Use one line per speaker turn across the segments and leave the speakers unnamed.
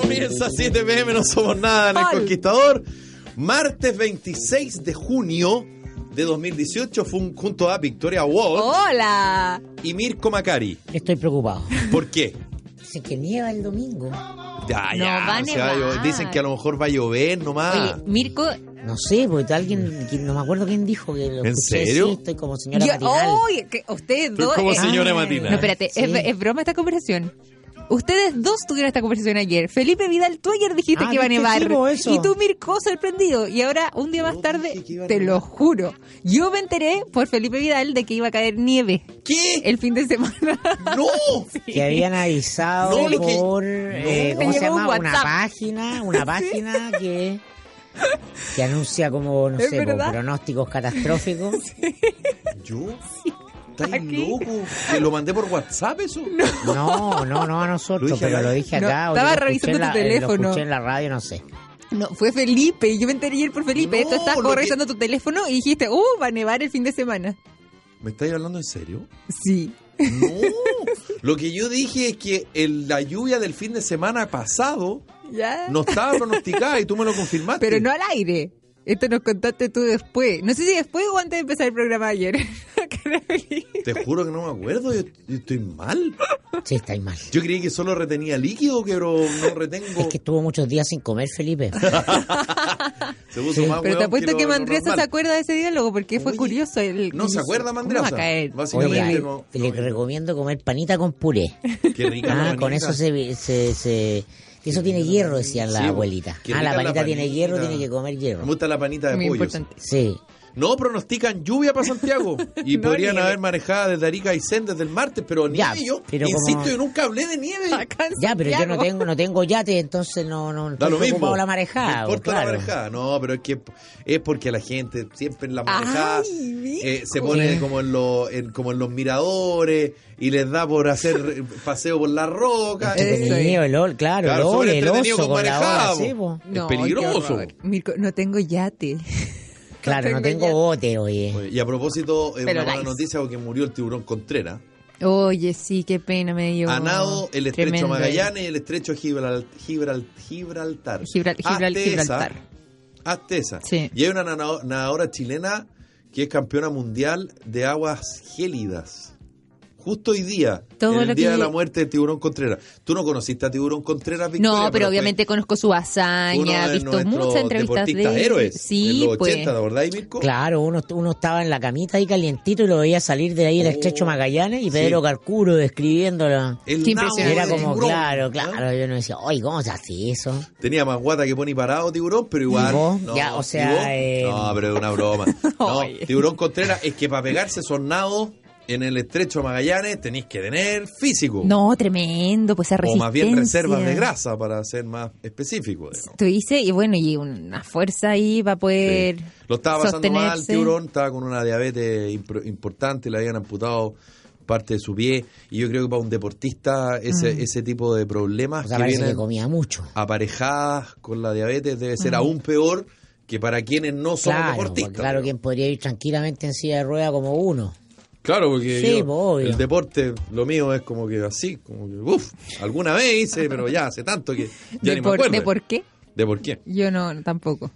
Comienza 7 pm, no somos nada en el
Pal.
Conquistador. Martes 26 de junio de 2018 fue un- junto a Victoria
Oh.
Wall
¡Hola!
y Mirko Macari.
Estoy preocupado.
¿Por qué?
Sé que nieva el domingo.
Ya,
No, va a
o sea,
nevar.
yo- dicen que a lo mejor va a llover nomás.
Oye, Mirko,
No sé, porque alguien, que- no me acuerdo quién dijo que lo
¿En
escuché,
serio?
sí, estoy como señora
yo-
matinal.
¡Ay! que ustedes
Estoy
dos.
como
eh,
señora
ah,
matina.
no, espérate,
Sí.
es, es broma esta conversación. Ustedes dos tuvieron esta conversación ayer. Felipe Vidal, tú ayer dijiste
Ah,
que iba a
¿viste,
nevar.
sí, po, eso?
Y tú, Mirko, sorprendido. Y ahora, un día más
Yo
tarde,
dije que iba a
te
nevar.
lo juro, yo me enteré por Felipe Vidal de que iba a caer nieve
¿Qué?
el fin de semana.
¡No!
Que habían
No,
avisado
lo que-
por, eh,
No.
¿cómo
Te
se
llegó un
llama? Una
WhatsApp.
página, una página que, que anuncia como, no
¿Es
sé, po,
verdad?
pronósticos catastróficos.
¿Yo? ¿Estás
Aquí.
loco? ¿Te lo mandé por WhatsApp eso?
No, no, no a nosotros,
Lo dije
pero
acá.
lo dije
No,
acá.
estaba
o yo lo escuché en
revisando tu
la- eh,
teléfono.
Lo escuché en la radio, no sé.
No, fue Felipe. Yo me enteré ayer por Felipe.
No,
Esto estás
lo
como
que-
revisando tu teléfono y dijiste, ¡uh! Va a nevar el fin de semana.
¿Me estáis hablando en serio?
Sí.
No. Lo que yo dije es que el- la lluvia del fin de semana pasado
¿Ya?
no estaba pronosticada y tú me lo confirmaste.
Pero no al aire. Esto nos contaste tú después. No sé si después o antes de empezar el programa ayer.
Te juro que no me acuerdo, yo, yo estoy mal.
Sí, estáis mal.
Yo creí que solo retenía líquido, pero no retengo.
Es que estuvo muchos días sin comer, Felipe.
Se puso más
Pero te
hueón
apuesto que
lo
Mandresa se
normal.
acuerda de ese diálogo porque fue
Oye,
curioso. El,
No se acuerda
¿Cómo va
Mandresa.
a caer?
Básicamente
Oiga,
no.
le recomiendo comer panita con puré.
Qué rica la
Ah,
manita.
con eso se, se, se- Eso tiene hierro, decía la
Sí, pues,
abuelita.
qué
Ah, la
rica
panita tiene hierro, tiene que comer
Me
hierro.
gusta la panita de
Muy
pollo.
importante.
Sí.
No pronostican lluvia para Santiago y
No,
podrían
nieve.
haber manejada desde Arica y Sen desde el martes, pero
Ya,
nieve yo,
pero como-
insisto, yo nunca hablé de nieve.
Acá en
Ya, pero yo
Santiago.
no tengo, no tengo yate, entonces no, no
Da
estoy
lo mismo.
preocupado la marejada.
No importa
claro.
la marejada. No, pero es que es porque la gente siempre en la marejada
Ay, mijo.
eh, se pone
Sí.
como en, los, en- como en los miradores y les da por hacer paseo por la roca.
Eso es.
Entretenido, el ol, claro,
Claro,
el
sobre
ol, el
entretenido
oso
con
con la
marejada,
ola, sí,
vos.
po.
Es peligroso.
qué horror. Mirko, no tengo yate.
Claro, no tengo bote, oye.
Oye, Y a propósito, eh,
Pero
una mala
nice.
noticia porque murió el tiburón Contreras.
yate. Oye, sí, qué pena me dio.
a nado, el estrecho
Tremendo.
Magallanes y el estrecho Gibral- Gibral- Gibraltar.
Gibral- Gibral-
Hazte esa,
Gibraltar.
hazte esa.
Sí.
Y hay una nana- nadadora chilena que es campeona mundial de aguas gélidas. Justo hoy día,
Todo
en el
lo
día
que-
de la muerte de Tiburón Contreras. Tú no conociste a Tiburón Contreras, Victoria.
No, pero
fue
obviamente conozco su hazaña,
uno
he
de
visto
nuestros
muchas entrevistas de
deportistas
él.
héroes en
Sí,
los
pues.
80, ¿te acordáis, Mirko?
Claro, uno, uno estaba en la camita ahí calientito y lo veía salir de ahí el
Oh.
estrecho Magallanes y
Sí.
Pedro Carcuro describiéndolo.
El
Qué
nado
Y
impresionante.
era
de
como,
tiburón,
claro,
¿no?
claro. Yo no decía, oye, ¿cómo se hace eso?
Tenía más guata que pone parado tiburón, pero igual.
¿Y vos?
No,
Ya, o
¿y
sea,
vos?
eh,
No, pero es una broma. No,
Oye.
tiburón Contreras es que para pegarse sonado en el estrecho Magallanes tenéis que tener físico.
No, tremendo, pues esa
o
resistencia.
más bien reservas de grasa, para ser más específico. digamos.
Tú dices, y bueno, y una fuerza ahí para poder
Sí. Lo estaba pasando
sostenerse.
mal, tiburón, estaba con una diabetes impro- importante, le habían amputado parte de su pie. Y yo creo que para un deportista ese, ese tipo de problemas
Mm. O sea,
que
parece
vienen
que comía mucho.
aparejadas con la diabetes debe ser aún peor que para quienes no son
Claro, pues,
deportistas.
claro, quien podría ir tranquilamente en silla de rueda como uno.
Claro, porque
Sí,
yo-
pues, obvio.
el deporte, lo mío es como que así, como que, uff, alguna vez hice, pero ya hace tanto que ya
¿De,
ni me
por,
acuerdo.
¿De por qué?
¿De por qué?
Yo no, tampoco.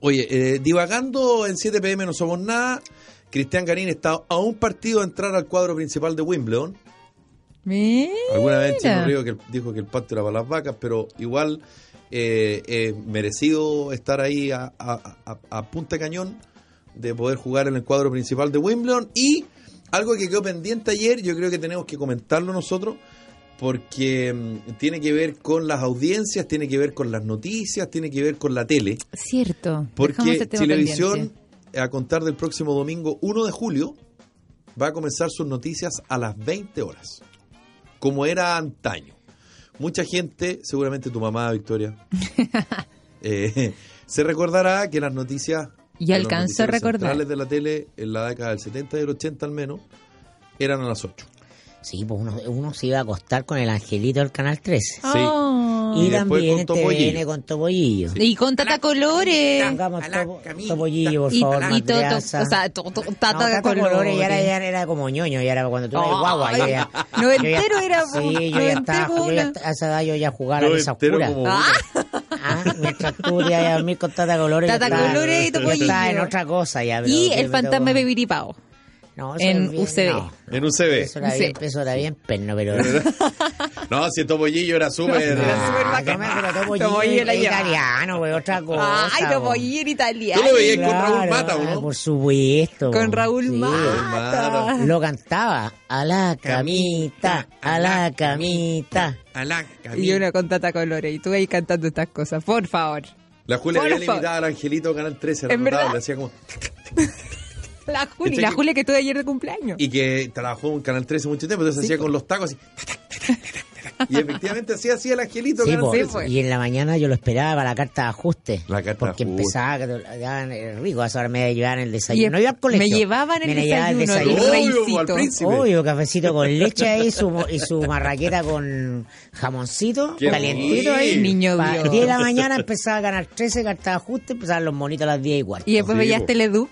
Oye, eh, divagando en 7 pm no somos nada, Cristian Garín está a un partido de entrar al cuadro principal de Wimbledon.
Mira.
Alguna vez Chino Río que dijo que el pacto era para las vacas, pero igual eh, eh, merecido estar ahí a, a- a- a punta de cañón de poder jugar en el cuadro principal de Wimbledon. Y algo que quedó pendiente ayer, yo creo que tenemos que comentarlo nosotros, porque mm, tiene que ver con las audiencias, tiene que ver con las noticias, tiene que ver con la tele.
Cierto. dejamos
Porque
ese tema
Televisión,
pendiente.
a contar del próximo domingo 1 de julio, va a comenzar sus noticias a las 20 horas, como era antaño. Mucha gente, seguramente tu mamá, Victoria, eh, se recordará que las noticias...
Y
de los
alcanzó a
noticieros
recordar.
centrales de la tele en la década del 70 y del 80 al menos, eran a las 8.
Ah.
Sí, pues uno, uno se iba a acostar con el angelito del Canal 13.
Sí. Y
Y,
después
también
con
este
topollillo.
viene con topollillo.
Y con Tata Colores.
Pongamos
A la
topo-
camita.
topollillo, por
Y,
favor.
y
más
Toto. O
grasa.
sea, to- to-
No,
Tata
Tata
Colores.
Colores, ya era, ya era como ñoño, ya era cuando tú eras
Ay,
guagua. Yo ya,
noventero era, po,
Sí, yo ya
noventero
estaba, yo ya,
una.
a esa edad yo ya jugaba a la mesa
Noventero como-
oscura.
Ah,
Ah, mientras tú te ibas a dormir con Tata Colores. yo
Tata
estaba-
Colores y
yo
Topollillo.
Estaba en otra cosa ya. pero
y
que
el
me
fantasma
tocó-
de Biripao.
No,
en
bien-
UCB.
no,
en un CB.
Eso era
Sí.
bien, eso era bien perno, pero...
No, si Topollillo era súper.
Era súper
Ah,
bacán.
no, pero Topollillo
Topollillo
es
la lleva.
italiano, güey, otra cosa.
Ay,
po.
Topollillo en italiano.
Tú lo veías con Raúl Mata, ¿o
ah,
no?
Por supuesto.
Con Raúl
Sí.
Mata.
Lo cantaba a la camita, a la camita.
A la
Y
camina.
uno con Tata Colores. Y tú ahí cantando estas cosas. Por favor.
La Julia
Por
había
favor.
limitado al Angelito Canal 13, era
¿En verdad?
notable, hacía como...
La Juli,
Este
la
que-
Juli que tuve ayer de cumpleaños.
Y que trabajó en Canal 13 mucho tiempo, entonces hacía con los tacos así... Y efectivamente así hacía el Angelito
Sí,
Canal
po.
13.
fue.
Y en la mañana yo lo esperaba para la carta de ajuste.
La carta de
Porque
ajuste.
empezaba, que te- daban el rico, a esa hora me llevaban el
Y
desayuno.
es-
No iba al colegio.
Me llevaban el
Me llevaba
desayuno.
desayuno.
el
Obvio,
reisito.
al príncipe.
Obvio, cafecito con leche ahí su, mo- y su marraqueta con jamoncito,
Qué
calientito ahí.
rico.
Niño
Pa-
Dios.
10 de la mañana empezaba a ganar 13 cartas de ajuste, empezaban los monitos a las 10 igual.
Y después
Sí,
veías
po.
Teleduc.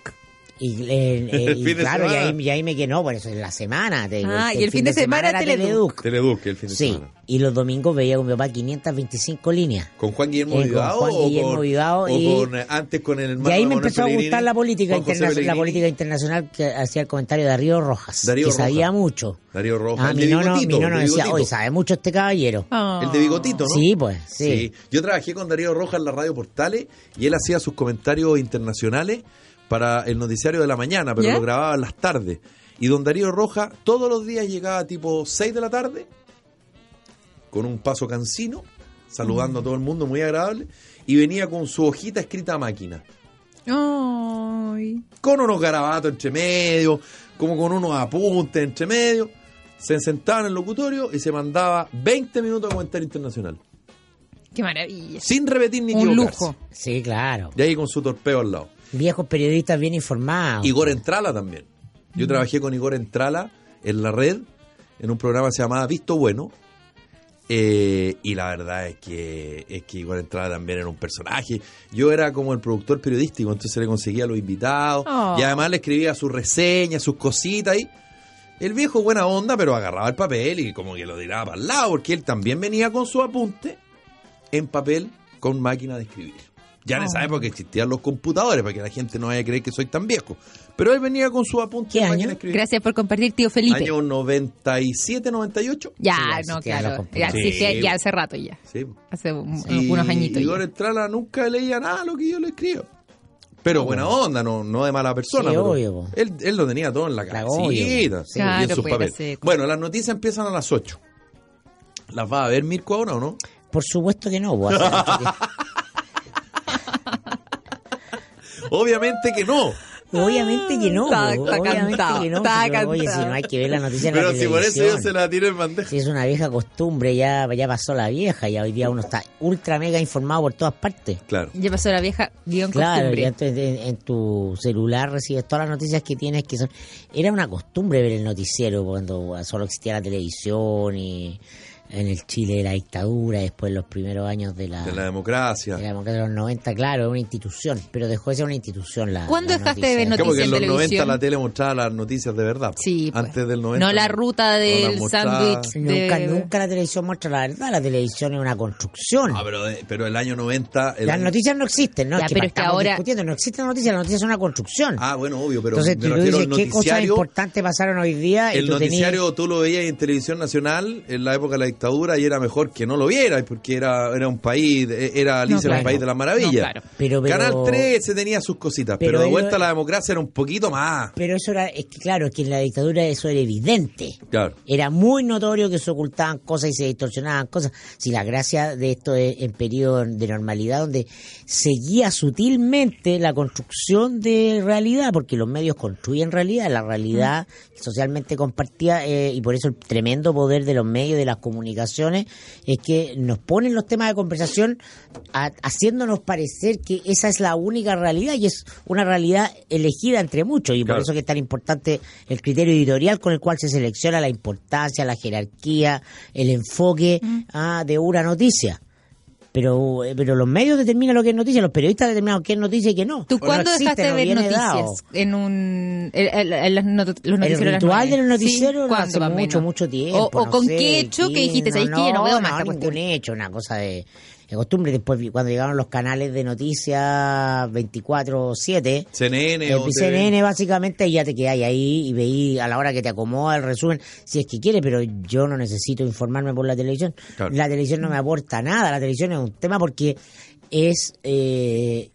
Y, eh, eh,
El
y
fin de
claro, y
semana.
ahí, y ahí me quedó, por eso en la semana. te digo, este
Ah,
que
y el fin de semana Teleduc.
Teleduc el fin de
Sí,
semana.
y los domingos veía con mi papá 525 líneas.
¿Con Juan Guillermo
Eh, con
Vivao
Juan
o
Guillermo
con,
Vivao
o
y-
con, eh, antes con el hermano
Y ahí
de
me
Manuel
empezó a
Pellegrini,
gustar la política,
Juan José
internacional, la
Pellegrini,
política internacional que hacía el comentario de Darío Rojas,
Darío
que
Rojas.
sabía mucho.
Darío Rojas,
Ah,
el
mi
de
nono, mi
bigotito,
nono
de
decía,
bigotito.
hoy sabe mucho este caballero.
El de bigotito, ¿no?
Sí, pues,
Sí.
sí.
Yo trabajé con Darío Rojas en la radio Portales y él hacía sus comentarios internacionales para el noticiario de la mañana, pero
¿Ya?
lo grababa en las tardes. Y don Darío Rojas todos los días llegaba tipo 6 de la tarde con un paso cansino, saludando
Mm.
a todo el mundo, muy agradable, y venía con su hojita escrita a máquina,
Ay.
con unos garabatos entre medio, como con unos apuntes entre medio. Se sentaba en el locutorio y se mandaba 20 minutos de comentario internacional,
Qué maravilla.
sin repetir ni
Un
equivocarse.
lujo.
Sí, claro.
Y ahí con su torpeo al lado.
Viejos periodistas bien informados.
Igor Entrala también. Yo trabajé con Igor Entrala en la red, en un programa que se llamaba Visto Bueno. Eh, y la verdad es que, es que Igor Entrala también era un personaje. Yo era como el productor periodístico, entonces le conseguía a los invitados.
Oh.
Y además le escribía sus reseñas, sus cositas ahí. El viejo buena onda, pero agarraba el papel y como que lo tiraba para el lado, porque él también venía con su apunte en papel con máquina de escribir. Ya en esa época existían los computadores, para que la gente no vaya a creer que soy tan viejo. Pero él venía con su apunte
¿Qué
en
año?
máquina de escribir.
Gracias por compartir, tío Felipe.
Año 97, 98.
Ya,
Sí,
no,
así que a los
claro. Ya,
computadores.
sí,
Sí.
ya hace rato ya.
Sí.
Hace un-
Y
unos añitos.
Igor
ya.
Estrada nunca leía nada de lo que yo le escribo. Pero buena onda, no, no de mala persona.
Sí,
pero
obvio, po.
él, él lo tenía todo en la
Claro,
cabecita.
obvio.
sí, y en
Claro,
sus
pues,
papeles.
sí.
Bueno, las noticias empiezan a las 8. ¿Las va a ver Mirko ahora o no?
Por supuesto que no. pues, hace mucho tiempo.
Obviamente que no.
Obviamente que no.
Está-
po,
está
obviamente
cantado,
que no.
está
pero, oye, si
cantado.
no hay que ver la noticia en la
Pero si por eso yo
televisión.
se la tiro en bandeja.
Si es una vieja costumbre, ya, ya pasó la vieja, ya hoy día uno está ultra mega informado por todas partes.
Claro.
Ya pasó la vieja guión
Claro,
costumbre.
ya tú en, en tu celular recibes todas las noticias que tienes que son... Era una costumbre ver el noticiero cuando ah, solo existía la televisión y en el Chile de la dictadura, después en los primeros años de la,
De la democracia.
de la democracia de los 90, claro, era una institución, pero dejó de ser una institución la
¿Cuándo
la
dejaste
noticia.
de ver
Claro, porque
Noticias
en
en
los 90
televisión.
la tele mostraba las noticias de verdad. po.
Sí, pues.
Antes del 90.
No la ruta del
las
sándwich.
Nunca,
de-
nunca la televisión muestra la verdad, la televisión es una construcción.
Ah, pero, eh, pero el año 90. el
Las
año-
noticias no existen, ¿no?
Ya, pero es que
partamos
ahora-
discutiendo, no existen noticias, las noticias son una construcción.
Ah, bueno, obvio, pero
Entonces
me
tú
refiero
dices
al
qué cosas
noticiario.
importantes pasaron hoy día. y
El
tú tenías-
noticiario tú lo veías en televisión nacional en la época de la dictadura y era mejor que no lo vieras porque era, era un país, eh, era Alicia en el
claro.
país de las maravillas.
No, claro.
Pero- pero-
Canal 13 tenía sus cositas, pero,
pero
de vuelta
ellos-
la democracia era un poquito más.
Pero eso era, es que claro, es que en la dictadura eso era evidente.
Claro.
Era muy notorio que se ocultaban cosas y se distorsionaban cosas. Si la gracia de esto es en periodo de normalidad, donde seguía sutilmente la construcción de realidad, porque los medios construyen realidad, la realidad socialmente compartida, eh, y por eso el tremendo poder de los medios, de las comunicaciones, es que nos ponen los temas de conversación a- haciéndonos parecer que esa es la única realidad y es una realidad elegida entre muchos, y por
Claro.
eso que es tan importante el criterio editorial con el cual se selecciona la importancia, la jerarquía, el enfoque ah, de una noticia. pero, eh, pero los medios determinan lo que es noticia, los periodistas determinan qué es noticia y qué no.
¿Tú
O no
cuándo
existe,
dejaste de
no
ver
viene
noticias?
dado.
En un. el- el- el- los not- los noticieros
El
de las
ritual
nueve.
de los
Sí,
noticieros no
¿cuándo,
hace
más o
mucho,
menos?
mucho tiempo.
O, o
no
con
sé,
qué hecho que dijiste,
quince,
¿sabes qué? Yo no veo más esta
ningún
cuestión.
hecho, una cosa de, de costumbre. Después, vi- cuando llegaron los canales de noticias 24-7,
CNN
el
o TV.
CNN básicamente y ya te quedáis ahí y veí a la hora que te acomoda el resumen, si es que quiere, pero yo no necesito informarme por la televisión.
Claro.
La televisión no me aporta nada, la televisión es un tema porque es eh,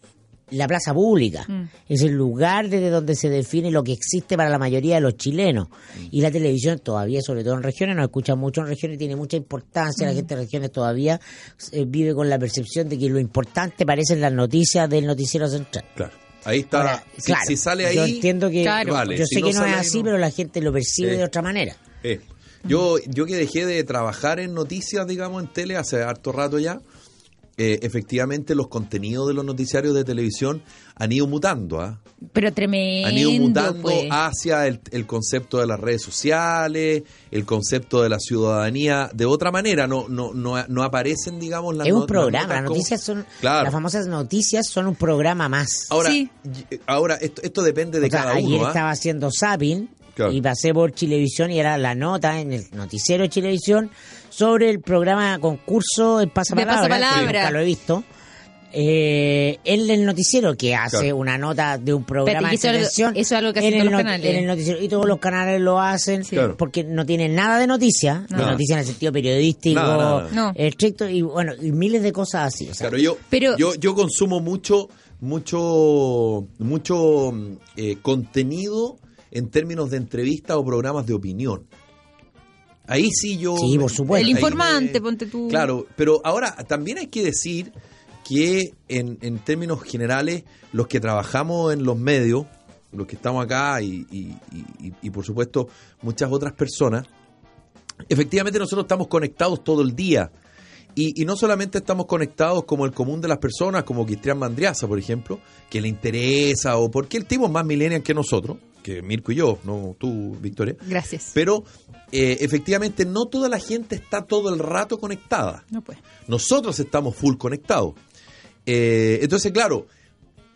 la plaza pública, es el lugar desde donde se define lo que existe para la mayoría de los chilenos.
Mm.
Y la televisión todavía, sobre todo en regiones, nos escucha mucho en regiones, tiene mucha importancia, la gente de regiones todavía eh, vive con la percepción de que lo importante parecen las noticias del noticiero central.
Claro. Ahí está.
Ahora,
si,
claro,
si sale ahí.
Yo entiendo que.
Claro.
Vale,
yo
si
sé
no
que no
sale
es
ahí,
así,
no.
pero la gente lo percibe
Eh.
de otra manera.
Eh, yo, yo que dejé de trabajar en noticias, digamos, en tele hace harto rato ya, eh, efectivamente los contenidos de los noticiarios de televisión han ido mutando, ¿ah?
Pero tremendo.
han ido mutando
pues.
hacia el, el concepto de las redes sociales, el concepto de la ciudadanía, de otra manera, no, no, no, no aparecen, digamos, las
es un
no- las
programa.
notas
Las
como-
noticias son.
Claro.
Las famosas noticias son un programa más.
Ahora,
Sí.
y- ahora esto, esto depende de
O sea,
cada
ayer
uno. ¿ah?
estaba haciendo zapping
Claro.
y pasé por Chilevisión y era la nota en el noticiero de Chilevisión sobre el programa concurso El Pasapalabra.
De Pasapalabra.
que nunca lo he visto. Eh, en el noticiero que hace
Claro.
una nota de un programa
Espérate, y
de
eso es algo-
televisión,
eso es algo que hacen
en el
todos los
not-
canales.
en el noticiero y todos los canales lo hacen
Sí. Claro.
porque no tienen nada de noticia de
Nada.
noticia en el sentido periodístico
Nada, nada,
nada. No.
estricto y bueno y miles de cosas así o sea,
Claro, yo,
Pero-
yo, yo consumo mucho, mucho, mucho mm, eh, contenido en términos de entrevistas o programas de opinión. Ahí sí yo.
Sí, por supuesto.
El
ahí me-
informante, ponte tú.
Claro, pero ahora también hay que decir que en, en términos generales, los que trabajamos en los medios, los que estamos acá y, y- y- y- y por supuesto muchas otras personas, efectivamente nosotros estamos conectados todo el día. Y, y no solamente estamos conectados como el común de las personas, como Cristian Mandriaza, por ejemplo, que le interesa, o porque el tipo es más millennial que nosotros, que Mirko y yo, no tú, Victoria.
Gracias.
Pero eh, efectivamente no toda la gente está todo el rato conectada.
No pues.
Nosotros estamos full conectados. Eh, entonces, claro,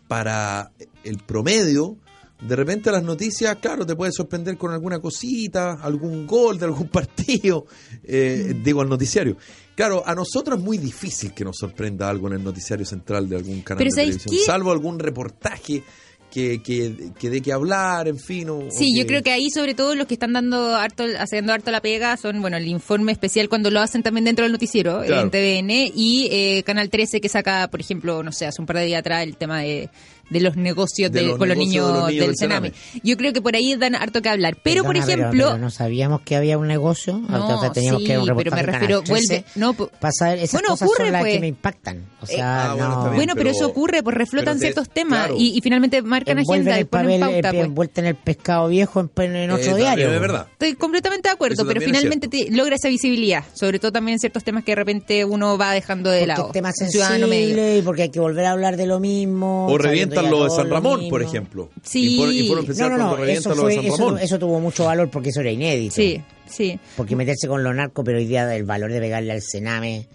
para el promedio, de repente las noticias, claro, te puede sorprender con alguna cosita, algún gol de algún partido, eh,
Mm.
digo, al noticiario. Claro, a nosotros es muy difícil que nos sorprenda algo en el noticiario central de algún canal
Pero
de
¿sabéis
televisión,
qué?
salvo algún reportaje que, que, que dé que hablar, en fin. o-
Sí,
o
yo creo que ahí sobre todo los que están dando harto, haciendo harto la pega son, bueno, el informe especial cuando lo hacen también dentro del noticiero,
Claro.
en TVN, y eh, Canal 13 que saca, por ejemplo, no sé, hace un par de días atrás el tema de, de los negocios
De
del-
los
con los
negocios
niños,
de los niños
del
del Sename.
Sename. Yo creo que por ahí dan harto que hablar. Pero, por
Perdona,
ejemplo...
pero no sabíamos que había un negocio
No,
entonces teníamos
sí,
que ver un
pero
reportaje
me
en Canal
refiero,
13
vuelve- no, po-
para saber esas
Bueno,
cosas
ocurre,
son las
pues.
que me impactan o
Eh,
sea
ah,
no,
bueno, está bien.
Bueno, pero, eso
pero-
ocurre, pues reflotan
pero te-
ciertos temas
claro.
y, y finalmente marcan
envuelven
agenda y
el
ponen
papel
pauta.
eh,
pues.
envuelta en el pescado viejo en, en
Eh,
otro
también
diario
Es verdad.
Estoy completamente de acuerdo,
Eso
pero
también es
finalmente te logra esa visibilidad, sobre todo también en ciertos temas que de repente uno va dejando de
porque
lado.
es tema
El ciudadano medio.
sensible y porque hay que volver a hablar de lo mismo
O
sabiendo ya
revientan lo de
todo
San Ramón, por
mismo.
ejemplo.
Sí.
Y por, y por
no,
especial
no, no,
cuando
eso,
revientan lo de
fue-
San
eso,
Ramón.
eso tuvo mucho valor porque eso era inédito.
Sí, sí.
Porque meterse con lo narco, pero hoy día el valor de pegarle al cename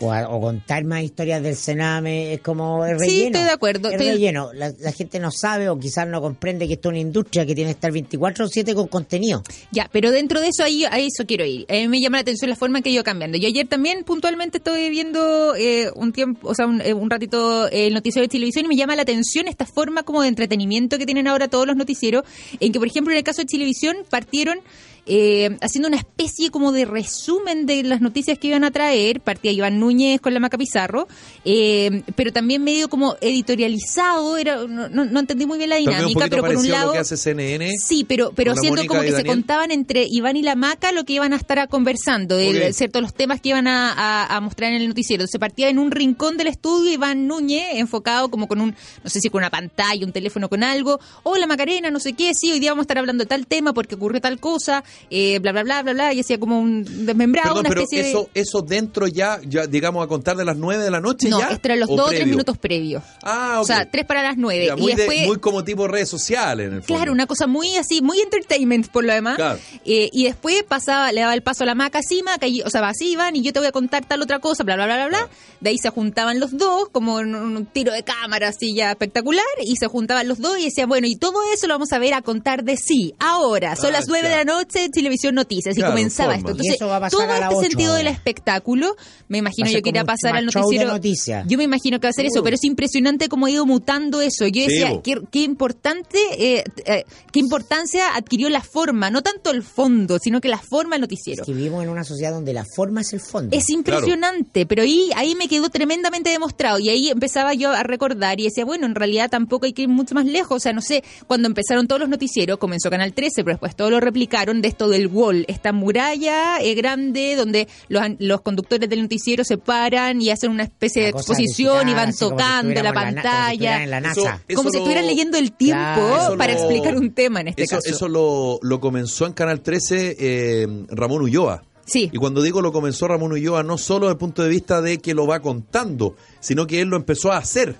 o, a- o contar más historias del cename es como es
Sí,
relleno.
estoy de acuerdo,
Es
estoy-
relleno. La, la gente no sabe o quizás no comprende que esto es una industria que tiene que estar 24-7 con contenido.
Ya, pero dentro de eso, ahí, a eso quiero ir. A mí me llama la atención la forma en que he ido cambiando. Yo ayer también puntualmente estoy viendo eh, un tiempo, o sea, un, eh, un ratito eh, el noticiero de televisión y me llama la atención esta forma como de entretenimiento que tienen ahora todos los noticieros, en que, por ejemplo, en el caso de televisión partieron... eh, haciendo una especie como de resumen de las noticias que iban a traer, partía Iván Núñez con la Maca Pizarro, eh, pero también medio como editorializado, era, no, no- no entendí muy bien la
También un
dinámica,
poquito
pero por un
parecido a
lado...
lo que hace CNN.
Sí, pero, pero
Con la
siendo
Mónica
como
y
que se
Daniel.
contaban entre Iván y la Maca lo que iban a estar ah, conversando, de
Ok.
de cierto, los temas que iban a, a- a mostrar en el noticiero. Se partía en un rincón del estudio Iván Núñez, enfocado como con un, no sé si con una pantalla, un teléfono con algo. Hola Macarena, no sé qué, sí, hoy día vamos a estar hablando de tal tema porque ocurrió tal cosa. eh, bla, bla, bla, bla, bla, y hacía como un desmembrado,
Perdón,
una
pero
especie
eso, eso dentro ya, ya, digamos, a contar de las 9 de la noche
de... No,
ya.
esto era los
¿O
dos o tres
previo?
minutos previos.
Ah, ok.
O sea, tres para las nueve.
Ya, muy,
y
de-
después...
muy como tipo redes sociales, en el fondo.
Claro, una cosa muy así, muy entertainment por lo demás.
Claro.
Eh, y después pasaba, le daba el paso a la maca, así, maca, y- o sea, va, así Iván, y yo te voy a contar tal otra cosa, bla, bla, bla, bla, bla. De ahí se juntaban los dos, como en un, un tiro de cámara así ya espectacular, y se juntaban los dos y decían, bueno, y todo eso lo vamos a ver a contar de sí, ahora, son
Ah,
las nueve de la
claro.
noche, Televisión Noticias, y
Claro,
comenzaba
forma.
esto.
Y
Entonces,
eso va a pasar
todo
a
este
las ocho
sentido del
ahora.
espectáculo, me imagino
Va a ser
yo que irá a
como un
pasar al
show de
noticiero.
noticias.
Yo me imagino que va a ser eso,
Seguro.
pero es impresionante cómo ha ido mutando eso. Yo
Sí,
decía,
bo.
qué, qué importante, eh, t- eh, qué importancia adquirió la forma, no tanto el fondo, sino que la forma del
Es
noticiero.
que vivimos en una sociedad donde la forma es el fondo.
Es impresionante, pero ahí, ahí me quedó tremendamente demostrado y ahí empezaba yo a recordar y decía, bueno, en realidad tampoco hay que ir mucho más lejos, o sea, no sé, cuando empezaron todos los noticieros, comenzó Canal 13, pero después todos lo replicaron de esto del wall, esta muralla eh, grande donde los, an- los conductores del noticiero se paran y hacen una especie de
Una cosa
exposición y
digital,
van
así como si
tocando la
estuviéramos en na-
pantalla
como si estuvieran en la
Eso-
NASA.
como
eso
si
lo-
estuvieran leyendo el tiempo
Claro.
Eso
para
lo-
explicar un tema en este
eso,
caso.
Eso lo, lo comenzó en Canal 13 eh, Ramón Ulloa.
Sí.
Y cuando digo lo comenzó Ramón Ulloa, no solo desde el punto de vista de que lo va contando, sino que él lo empezó a hacer.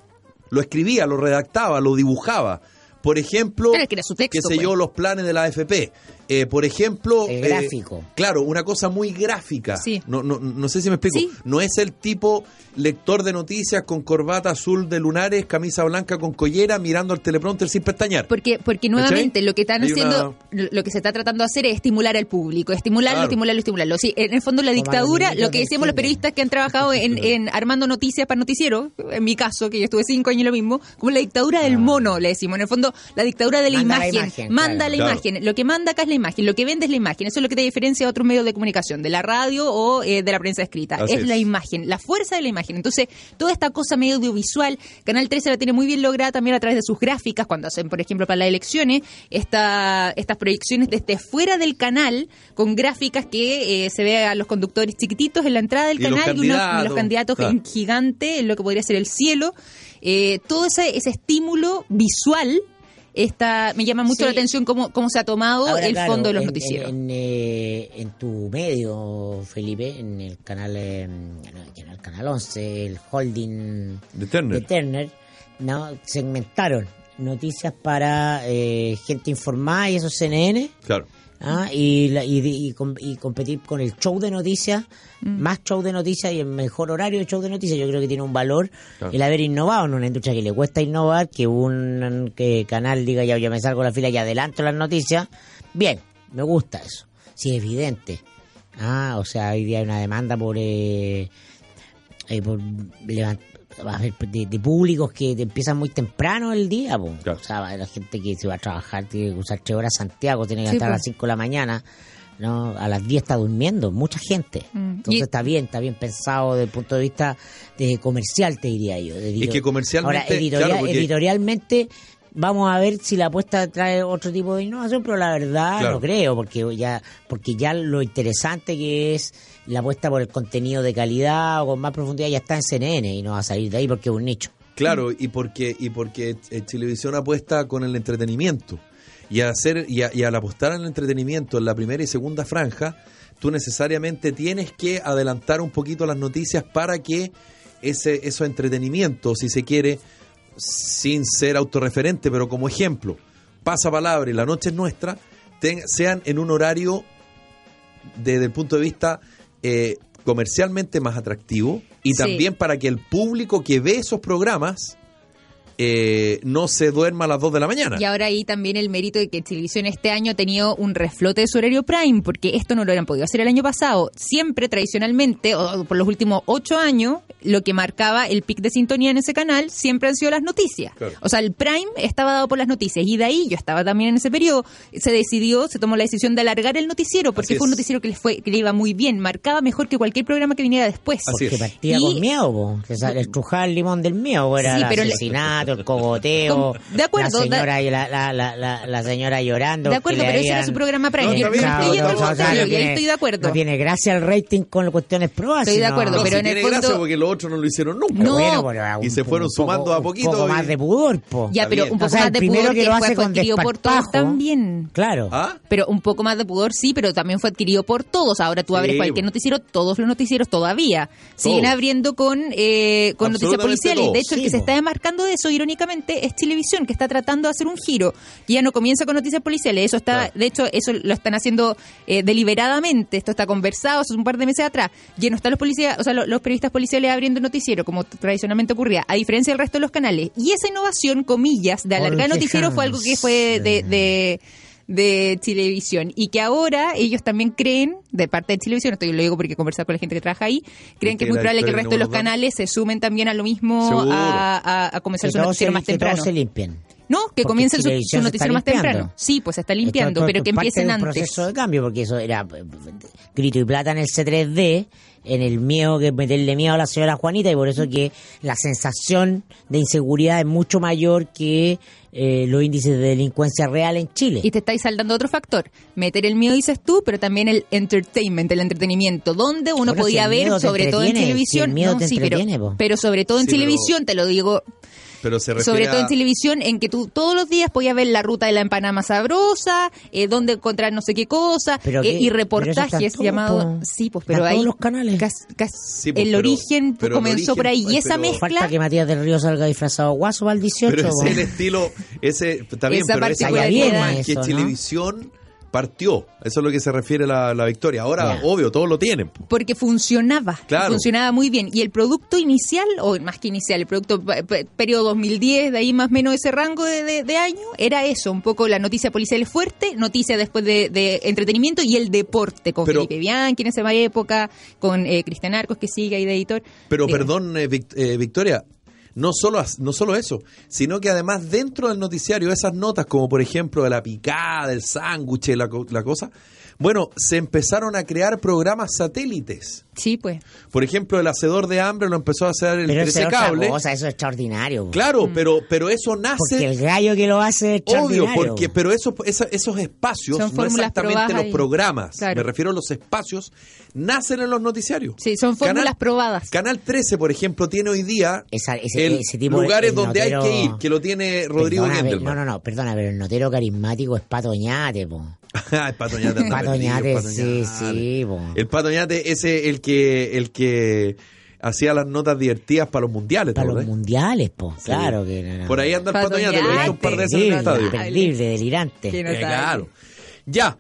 Lo escribía, lo redactaba, lo dibujaba. Por ejemplo,
Claro, es que era su texto,
qué sé
pues.
yo, los planes de la AFP. Eh, por ejemplo...
El
eh,
gráfico.
claro, una cosa muy gráfica.
Sí.
No, no, no sé si me explico.
Sí.
No es el tipo lector de noticias con corbata azul de lunares, camisa blanca con collera, mirando al teleprompter sin pestañear.
Porque, porque nuevamente
¿Cachai?
lo que están
Hay
haciendo, lo lo que se está tratando de hacer es estimular al público, estimularlo,
Claro.
estimularlo, estimularlo. Sí, en el fondo la
Como a los
dictadura,
niños
lo que
del
decíamos los
kinder.
periodistas que han trabajado en, en armando noticias para noticiero, en mi caso, que yo estuve cinco años y lo mismo, como la dictadura del mono, le decimos. En el fondo, la dictadura de la
Ah. Manda la
imagen.
imagen,
manda
claro.
la
Claro.
imagen. Lo que manda acá es la imagen, lo que vende es la imagen. Eso es lo que te diferencia de otros medios de comunicación, de la radio o eh, de la prensa escrita.
Así
es la
es.
imagen, la fuerza de la imagen. Entonces, toda esta cosa medio audiovisual, Canal 13 la tiene muy bien lograda también a través de sus gráficas, cuando hacen, por ejemplo, para las elecciones, esta, estas proyecciones desde fuera del canal, con gráficas que eh, se ve a los conductores chiquititos en la entrada del
Y los
canal y, unos- y los
candidatos,
candidatos
claro.
en gigante, en lo que podría ser el cielo. Eh, todo ese, ese estímulo visual. Está, me llama mucho
Sí.
la atención cómo, cómo se ha tomado
Ahora,
el
claro,
fondo de los
en-
noticieros.
En, eh, en tu medio, Felipe, en el canal, eh, en el canal 11, el holding
De Turner.
de Turner, no, segmentaron noticias para eh, gente informada y eso es CNN.
Claro.
¿ah? Y, la- y, y com- y competir con el show de noticias, más show de noticias y el mejor horario de show de noticias, yo creo que tiene un valor
Claro.
el haber innovado en una industria que le cuesta innovar, que un que canal diga ya, ya me salgo de la fila y adelanto las noticias. Bien, me gusta eso, sí es evidente. Ah, o sea, hoy día hay una demanda por... eh, eh, por levant- a ver, de, de públicos que te empiezan muy temprano el día, po.
Claro.
o sea, la gente que se va a trabajar tiene que usar tres horas a Santiago, tiene que
Sí, pues.
estar a
po.
las 5 de la mañana, no, a las 10 está durmiendo, mucha gente.
Mm.
Entonces
Y-
está bien, está bien pensado desde el punto de vista de comercial, te diría yo. de
Es que comercialmente,
Ahora, editorial-
claro, porque-
editorialmente vamos a ver si la apuesta trae otro tipo de innovación, pero la verdad
Claro.
no creo, porque ya porque ya lo interesante que es la apuesta por el contenido de calidad o con más profundidad ya está en CNN y no va a salir de ahí porque es un nicho.
Claro, y porque, y porque eh, Chilevisión apuesta con el entretenimiento. Y, a hacer, y, a- y al apostar al entretenimiento en la primera y segunda franja, tú necesariamente tienes que adelantar un poquito las noticias para que ese eso entretenimiento, si se quiere, sin ser autorreferente, pero como ejemplo, pasa palabra y la noche es nuestra, ten- sean en un horario desde el punto de vista eh, comercialmente más atractivo y
Sí.
también para que el público que ve esos programas eh, no se duerma a las 2 de la mañana.
Y ahora ahí también el mérito de que Televisión este año ha tenido un reflote de su horario prime, porque esto no lo hubieran podido hacer el año pasado. Siempre, tradicionalmente, o por los últimos ocho años, lo que marcaba el pic de sintonía en ese canal siempre han sido las noticias.
Claro.
O sea, el prime estaba dado por las noticias, y de ahí yo estaba también en ese periodo. Se decidió, se tomó la decisión de alargar el noticiero, porque
Así
fue un
es.
noticiero que le, fue, que le iba muy bien, marcaba mejor que cualquier programa que viniera después.
Así
Porque
es.
partía
Y-
con miedo, po. O sea, el trujar el limón del miedo, po, era
Sí,
el
pero le-
asesinato, vallenato, el cogoteo.
Com- de acuerdo,
La señora, la, la, la, la, la señora llorando.
De acuerdo,
que le
pero ese era
habían-
su programa
No,
previo.
está
Yo
bien,
estoy
no,
yendo al
no, no,
contrario,
no
y ahí
tiene-
estoy de acuerdo.
No tiene gracia el rating con las cuestiones probadas.
Estoy de
sino-
acuerdo,
No,
pero
si
en el
tiene
fondo-
gracia porque los otros no lo hicieron nunca.
No,
Bueno,
pero
Y se fueron sumando a poquito
Un poco
y-
más de pudor, po.
Ya,
Está
pero
bien.
un poco
O sea,
más
el
de
primero
pudor
que lo
fue-
hace
fue
con
adquirido por todos
desparpajo.
también.
Claro.
¿Ah?
Pero un poco más de pudor sí, pero también fue adquirido por todos. Ahora tú abres
Sí.
cualquier noticiero, todos los noticieros todavía siguen
Todos.
abriendo con, eh, con noticias
Absolutamente
policiales.
todos.
De hecho, el
Sí,
que se
po.
está demarcando de eso, irónicamente, es Televisión, que está tratando de hacer un giro. Que ya no comienza con noticias policiales. Eso está,
Claro.
de hecho, eso lo están haciendo eh, deliberadamente. Esto está conversado hace un par de meses atrás. Ya no están los policías, o sea, lo- los, periodistas policiales abriendo noticiero, como t- tradicionalmente ocurría, a diferencia del resto de los canales. Y esa innovación, comillas, de alargar
Porque
noticiero fue algo que fue de-
jamás.
de de- de televisión y que ahora ellos también creen, de parte de televisión, esto yo lo digo porque he conversado con la gente que trabaja ahí, creen que
que
es muy
la
probable que
historia
el resto de los
no va a-
canales se sumen también a lo mismo
Seguro.
a, a- a comenzar
Que
su
todos se,
noticiero más
que todos
temprano.
se limpien.
No, que
porque
comience su, su
Chilevisión se está
noticiero más
limpiando.
temprano. Sí, pues se está limpiando,
Esto-
pero
esto
que
es parte
empiecen
de un
antes.
proceso de cambio, porque eso era eh, grito y plata en el C3D, en el miedo que meterle miedo a la señora Juanita, y por eso que la sensación de inseguridad es mucho mayor que eh, los índices de delincuencia real en Chile.
Y te estáis saldando otro factor. Meter el miedo, dices tú, pero también el entertainment, el entretenimiento, donde uno
Bueno,
podía
si el
ver,
miedo te
sobre todo en
entretiene, si el
televisión.
miedo
no,
te
sí, pero,
entretiene, po.
pero sobre todo en
Sí, pero-
televisión, te lo digo
Pero se refiere
Sobre todo en
a-
televisión, en que tú todos los días podías ver la ruta de la empanada más sabrosa, eh, dónde encontrar no sé qué cosa,
Pero
eh,
qué-
y
pero eso está en
reportajes
todo,
llamados...
po.
Sí, pues,
Está en
pero ahí...
todos los canales.
cas- cas-
Sí, pues,
el
pero-
origen
pero el
comenzó por ahí,
origen-
y esa
pero-
mezcla...
Falta que Matías del Río salga disfrazado guaso al 18.
Pero
po.
es el estilo, ese, está bien, pero esa es
Esa
la
particularidad.
forma en
Eso,
que
¿no?
Televisión partió. Eso es lo que se refiere la, la victoria. Ahora,
Ya.
obvio, todos lo tienen.
porque funcionaba,
Claro.
funcionaba muy bien. Y el producto inicial, o más que inicial, el producto pe- pe- periodo 2010, de ahí más o menos ese rango de, de- de año, era eso, un poco la noticia policial fuerte, noticia después de, de entretenimiento y el deporte, con
Pero-
Felipe Bianchi en esa época, con eh, Cristian Arcos que sigue ahí de editor.
Pero
Digo,
perdón, eh, Vic- eh, Victoria, no solo, as- no solo eso, sino que además dentro del noticiario, esas notas como por ejemplo de la picada, del sándwich, la, co- la cosa, bueno, se empezaron a crear programas satélites.
Sí, pues.
Por ejemplo, el hacedor de hambre lo empezó a hacer el
Pero eso
13
es otra
cable.
cosa, eso es extraordinario. po.
Claro,
Mm.
pero, pero eso
Porque
nace
el gallo que lo hace es
Obvio,
extraordinario.
porque, pero eso, esa- esos espacios,
Son
no
fórmulas
exactamente
probadas
los
ahí.
programas,
Claro.
me refiero a los espacios, nacen en los noticiarios.
Sí, son fórmulas
Canal-
probadas.
Canal 13, por ejemplo, tiene hoy día
Esa- ese-
el
ese tipo de-
lugares
el
donde hay que
notero-
ir, que lo tiene Rodrigo
Perdona,
Gendelman.
No, no, no, perdona, pero el notero carismático es Patoñate, po.
Ah, el Pato Ñate anda
Pato
perdido,
Ñate,
Pato
sí,
Ñate.
sí, po.
El Pato Ñate ese el que, el que hacía las notas divertidas para los mundiales. ¿te
Para los
acordás?
mundiales, po.
Sí.
Claro que no, no.
Por ahí anda el
Pato
Pato Ñate, lo he visto un par de veces en el
Imperdible,
estadio.
imperdible, delirante.
Que no
Eh,
está ahí.
claro. Ya,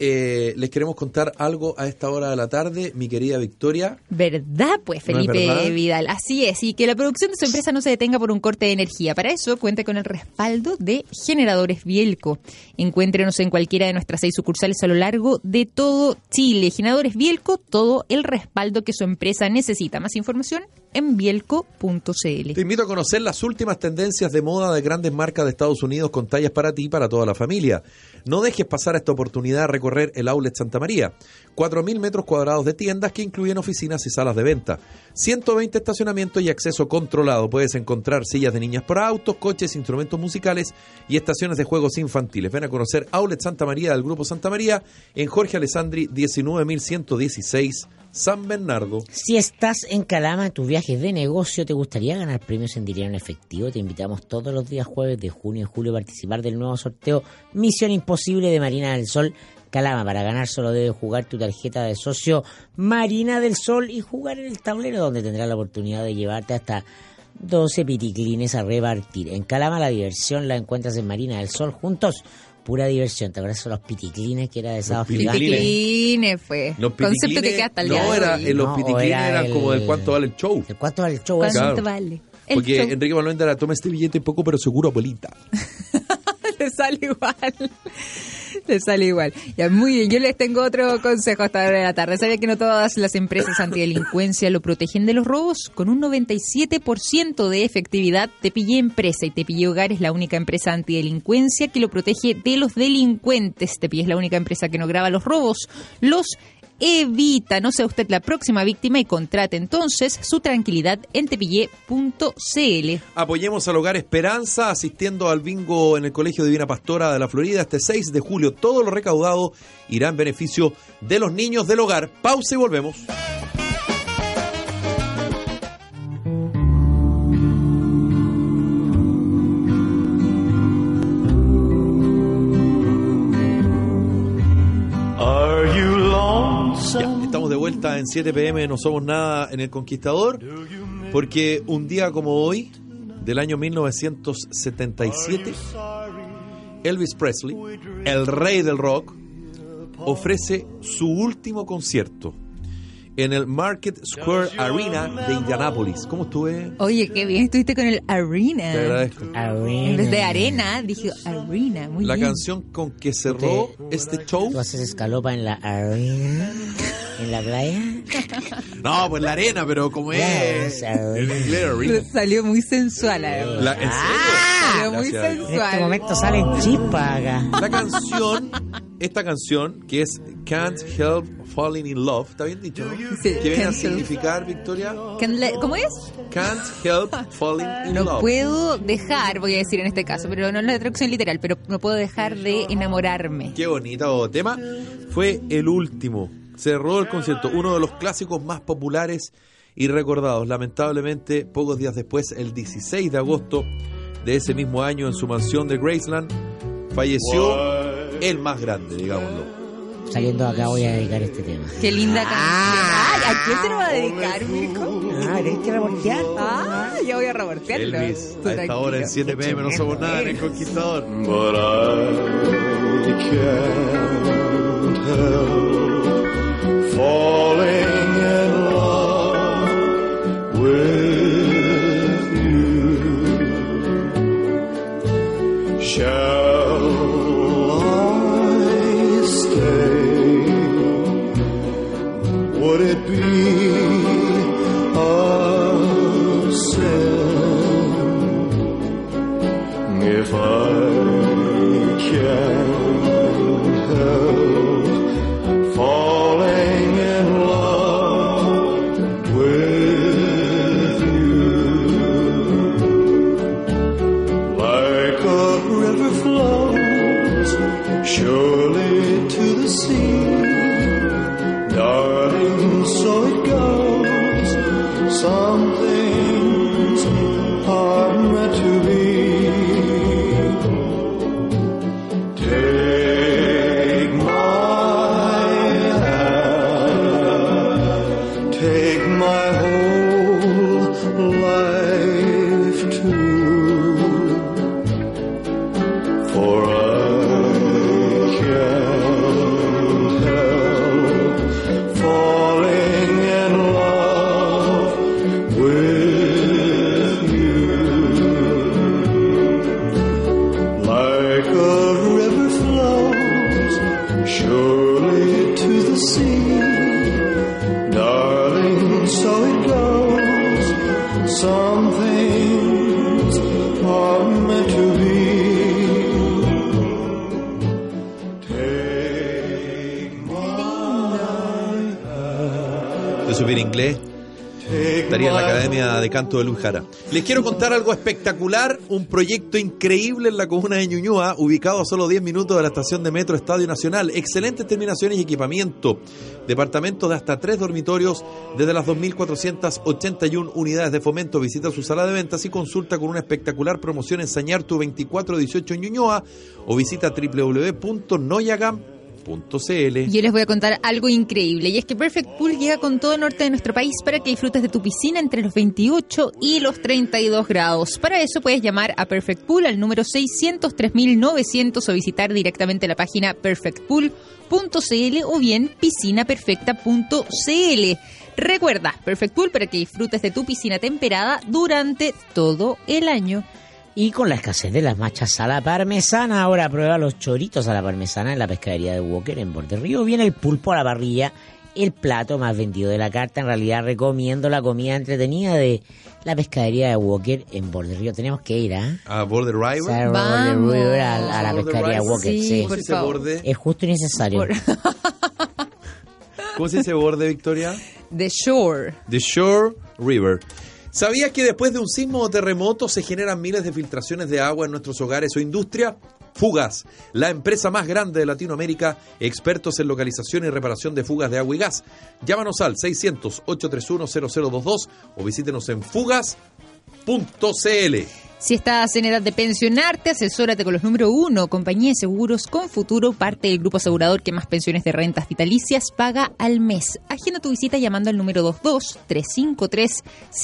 eh, les queremos contar algo a esta hora de la tarde, mi querida Victoria.
¿Verdad? Pues
¿No es
Felipe
verdad?
Vidal. Así es, y que la producción de su empresa no se detenga por un corte de energía. Para eso cuenta con el respaldo de Generadores Bielco. Encuéntrenos en cualquiera de nuestras seis sucursales a lo largo de todo Chile. Generadores Bielco, todo el respaldo que su empresa necesita. Más información en
Te
bielco.cl.
invito a conocer las últimas tendencias de moda de grandes marcas de Estados Unidos con tallas para ti y para toda la familia. No dejes pasar esta oportunidad de recorrer el Outlet Santa María. 4.000 metros cuadrados de tiendas que incluyen oficinas y salas de venta. 120 estacionamientos y acceso controlado. Puedes encontrar sillas de niñas para autos, coches, instrumentos musicales y estaciones de juegos infantiles. Ven a conocer Outlet Santa María del Grupo Santa María en Jorge Alessandri 19.116 San Bernardo.
Si estás en Calama en tus viajes de negocio, ¿te gustaría ganar premios en dinero en efectivo? Te invitamos todos los días jueves de junio y julio a participar del nuevo sorteo Misión Imposible de Marina del Sol Calama. Para ganar solo debes jugar tu tarjeta de socio Marina del Sol y jugar en el tablero donde tendrás la oportunidad de llevarte hasta 12 piticlines a repartir. En Calama la diversión la encuentras en Marina del Sol juntos. Pura diversión, te abrazo los piticlines que era de sábado
piticlines.
Gigante.
Piticlines, fue.
Los
pues. Concepto que
pitiquines,
queda hasta el
no,
día de
era,
hoy.
eh, los
No, o
pitiquines
era
eran
el-
como el cuánto vale el show.
¿De ¿Cuánto al show
¿Cuánto
eso?
Claro.
vale? El
Porque
show
Enrique Manuel era, toma este billete poco pero seguro, abuelita.
Le sale igual. Le sale igual. Ya, muy bien. Yo les tengo otro consejo hasta ahora de la tarde. Sabía que no todas las empresas antidelincuencia lo protegen de los robos. Con un 97% de efectividad, Te Pillé Empresa y Te Pillé Hogar es la única empresa antidelincuencia que lo protege de los delincuentes. Te Pillé es la única empresa que no graba los robos, los Evita, no sea usted la próxima víctima y contrate entonces su tranquilidad en tepillé.cl.
Apoyemos al Hogar Esperanza asistiendo al bingo en el Colegio Divina Pastora de la Florida este 6 de julio. Todo lo recaudado irá en beneficio de los niños del hogar. Pausa y volvemos.
Are you
Ya,
lonesome?
estamos de vuelta en 7 pm, no somos nada en El Conquistador, porque un día como hoy, del año 1977, Elvis Presley, el rey del rock, ofrece su último concierto en el Market Square Arena de Indianapolis. ¿Cómo estuve?
Oye, qué bien estuviste con el
Te
Arena.
agradezco.
En vez de
Arena.
arena, dije Arena. Ah, Muy
La
bien.
canción con que cerró este show.
¿Tú haces escalopa en la arena? ¿En la playa?
No, pues la arena, pero como es. En inglés, arena.
Salió muy sensual, la verdad.
La- ¿en serio?
Ah, Salió muy
Gracias a Dios.
En este
sensual.
momento salen chispas acá.
La canción, esta canción que es Can't Help Falling in Love, está bien dicho, ¿no?
Sí,
que viene a
can't help.
significar, Victoria,
Can le- ¿Cómo es?
Can't Help Falling in
No
Love.
puedo dejar, voy a decir en este caso, pero no es la traducción literal, pero no puedo dejar de enamorarme.
Qué bonito tema. Fue el último. Cerró el concierto, uno de los clásicos más populares y recordados. Lamentablemente, pocos días después, el 16 de agosto de ese mismo año, en su mansión de Graceland, falleció el más grande, digámoslo.
Saliendo acá voy a dedicar este tema.
Qué linda canción.
Ah.
Ay, ¿A quién se lo va a dedicar, Mirko?
Ah, tenés que reportear.
Ah, ya voy a revertirlo.
Elvis, a esta hora en 7 pm no somos nada en el conquistador.
But I can't help falling in love with you. Shall I stay? Would it be a sin? If I can't help falling in love with you, like a river flows surely to the sea, darling, so it goes. Some things are meant to be. Take my hand, take my whole life too, for I can't help falling in love with you. Like a river flows surely to the sea. Darling, so it goes. Some things are meant to be. Take my,
de subir inglés,
take
estaría en la
my
Academia de Canto de Luis Jara. Les quiero contar algo espectacular, un proyecto increíble en la comuna de Ñuñoa, ubicado a solo 10 minutos de la estación de metro Estadio Nacional. Excelentes terminaciones y equipamiento. Departamentos de hasta tres dormitorios desde las 2.481 unidades de fomento. Visita su sala de ventas y consulta con una espectacular promoción Ensañar tu 2418 en Ñuñoa o visita www.noyagam.cl.
Yo les voy a contar algo increíble y es que Perfect Pool llega con todo el norte de nuestro país para que disfrutes de tu piscina entre los 28 y los 32 grados. Para eso puedes llamar a Perfect Pool al número 600 3900 o visitar directamente la página perfectpool.cl o bien piscinaperfecta.cl. Recuerda, Perfect Pool para que disfrutes de tu piscina temperada durante todo el año.
Y con la escasez de las machas a la parmesana, ahora prueba los choritos a la parmesana en la pescadería de Walker en Borde Río. Viene el pulpo a la parrilla, el plato más vendido de la carta. En realidad recomiendo la comida entretenida de la pescadería de Walker en Borde Río. Tenemos que ir, ¿ah?
A Border Rival.
Cerro
Vamos.
Borde Río, a, a la
Border
pescadería de
Rival.
Walker,
Sí,
sí.
por
ese
favor.
borde.
Es justo y necesario.
Por-
¿Cómo se dice borde, Victoria?
The Shore.
The Shore River. ¿Sabías que después de un sismo o terremoto se generan miles de filtraciones de agua en nuestros hogares o industria? Fugas, la empresa más grande de Latinoamérica, expertos en localización y reparación de fugas de agua y gas. Llámanos al 600-831-0022 o visítenos en fugas.cl.
Si estás en edad de pensionarte, asesórate con los número uno, compañía de seguros con futuro, parte del grupo asegurador que más pensiones de rentas vitalicias paga al mes. Agenda tu visita llamando al número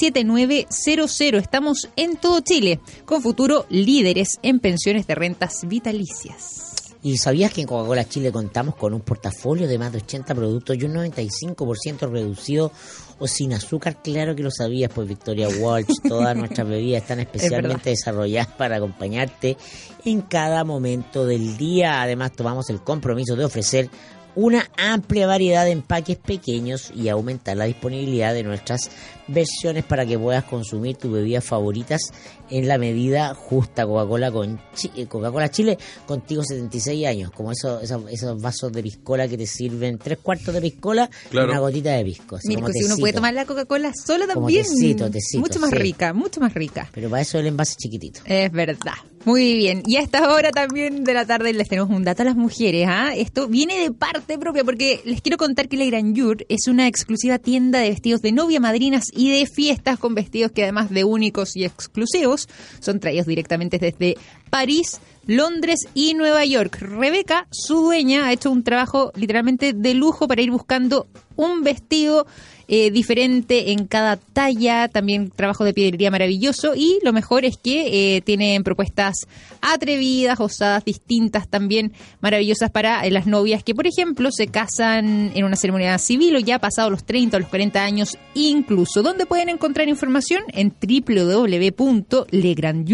22-353-7900. Estamos en todo Chile, con futuro líderes en pensiones de rentas vitalicias.
¿Y sabías que en Coca-Cola Chile contamos con un portafolio de más de 80 productos y un 95% reducido o sin azúcar? Claro que lo sabías, pues Victoria Walsh, todas nuestras bebidas están especialmente desarrolladas para acompañarte en cada momento del día. Además, tomamos el compromiso de ofrecer una amplia variedad de empaques pequeños y aumentar la disponibilidad de nuestras versiones para que puedas consumir tus bebidas favoritas en la medida justa. Coca-Cola con Chi- eh, Coca-Cola Chile contigo 76 años, como esos, esos, esos vasos de piscola que te sirven tres cuartos de piscola
Claro.
y una gotita de pisco. así
Mira,
como
pues, si uno
tecito.
puede tomar la Coca-Cola sola
Como
también.
tecito, tecito,
mucho más
sí.
rica, mucho más rica.
Pero para eso el envase chiquitito.
Es verdad. Muy bien. Y a esta hora también de la tarde les tenemos un dato a las mujeres. ¿ah? Esto viene de parte propia porque les quiero contar que La Grandeur es una exclusiva tienda de vestidos de novia, madrinas y de fiestas con vestidos que además de únicos y exclusivos son traídos directamente desde París. Londres y Nueva York. Rebeca, su dueña, ha hecho un trabajo literalmente de lujo para ir buscando un vestido eh, diferente en cada talla, también trabajo de piedrería maravilloso y lo mejor es que eh, tienen propuestas atrevidas, osadas, distintas también, maravillosas para eh, las novias que por ejemplo se casan en una ceremonia civil o ya pasado los 30 o los 40 años incluso. ¿Dónde pueden encontrar información? En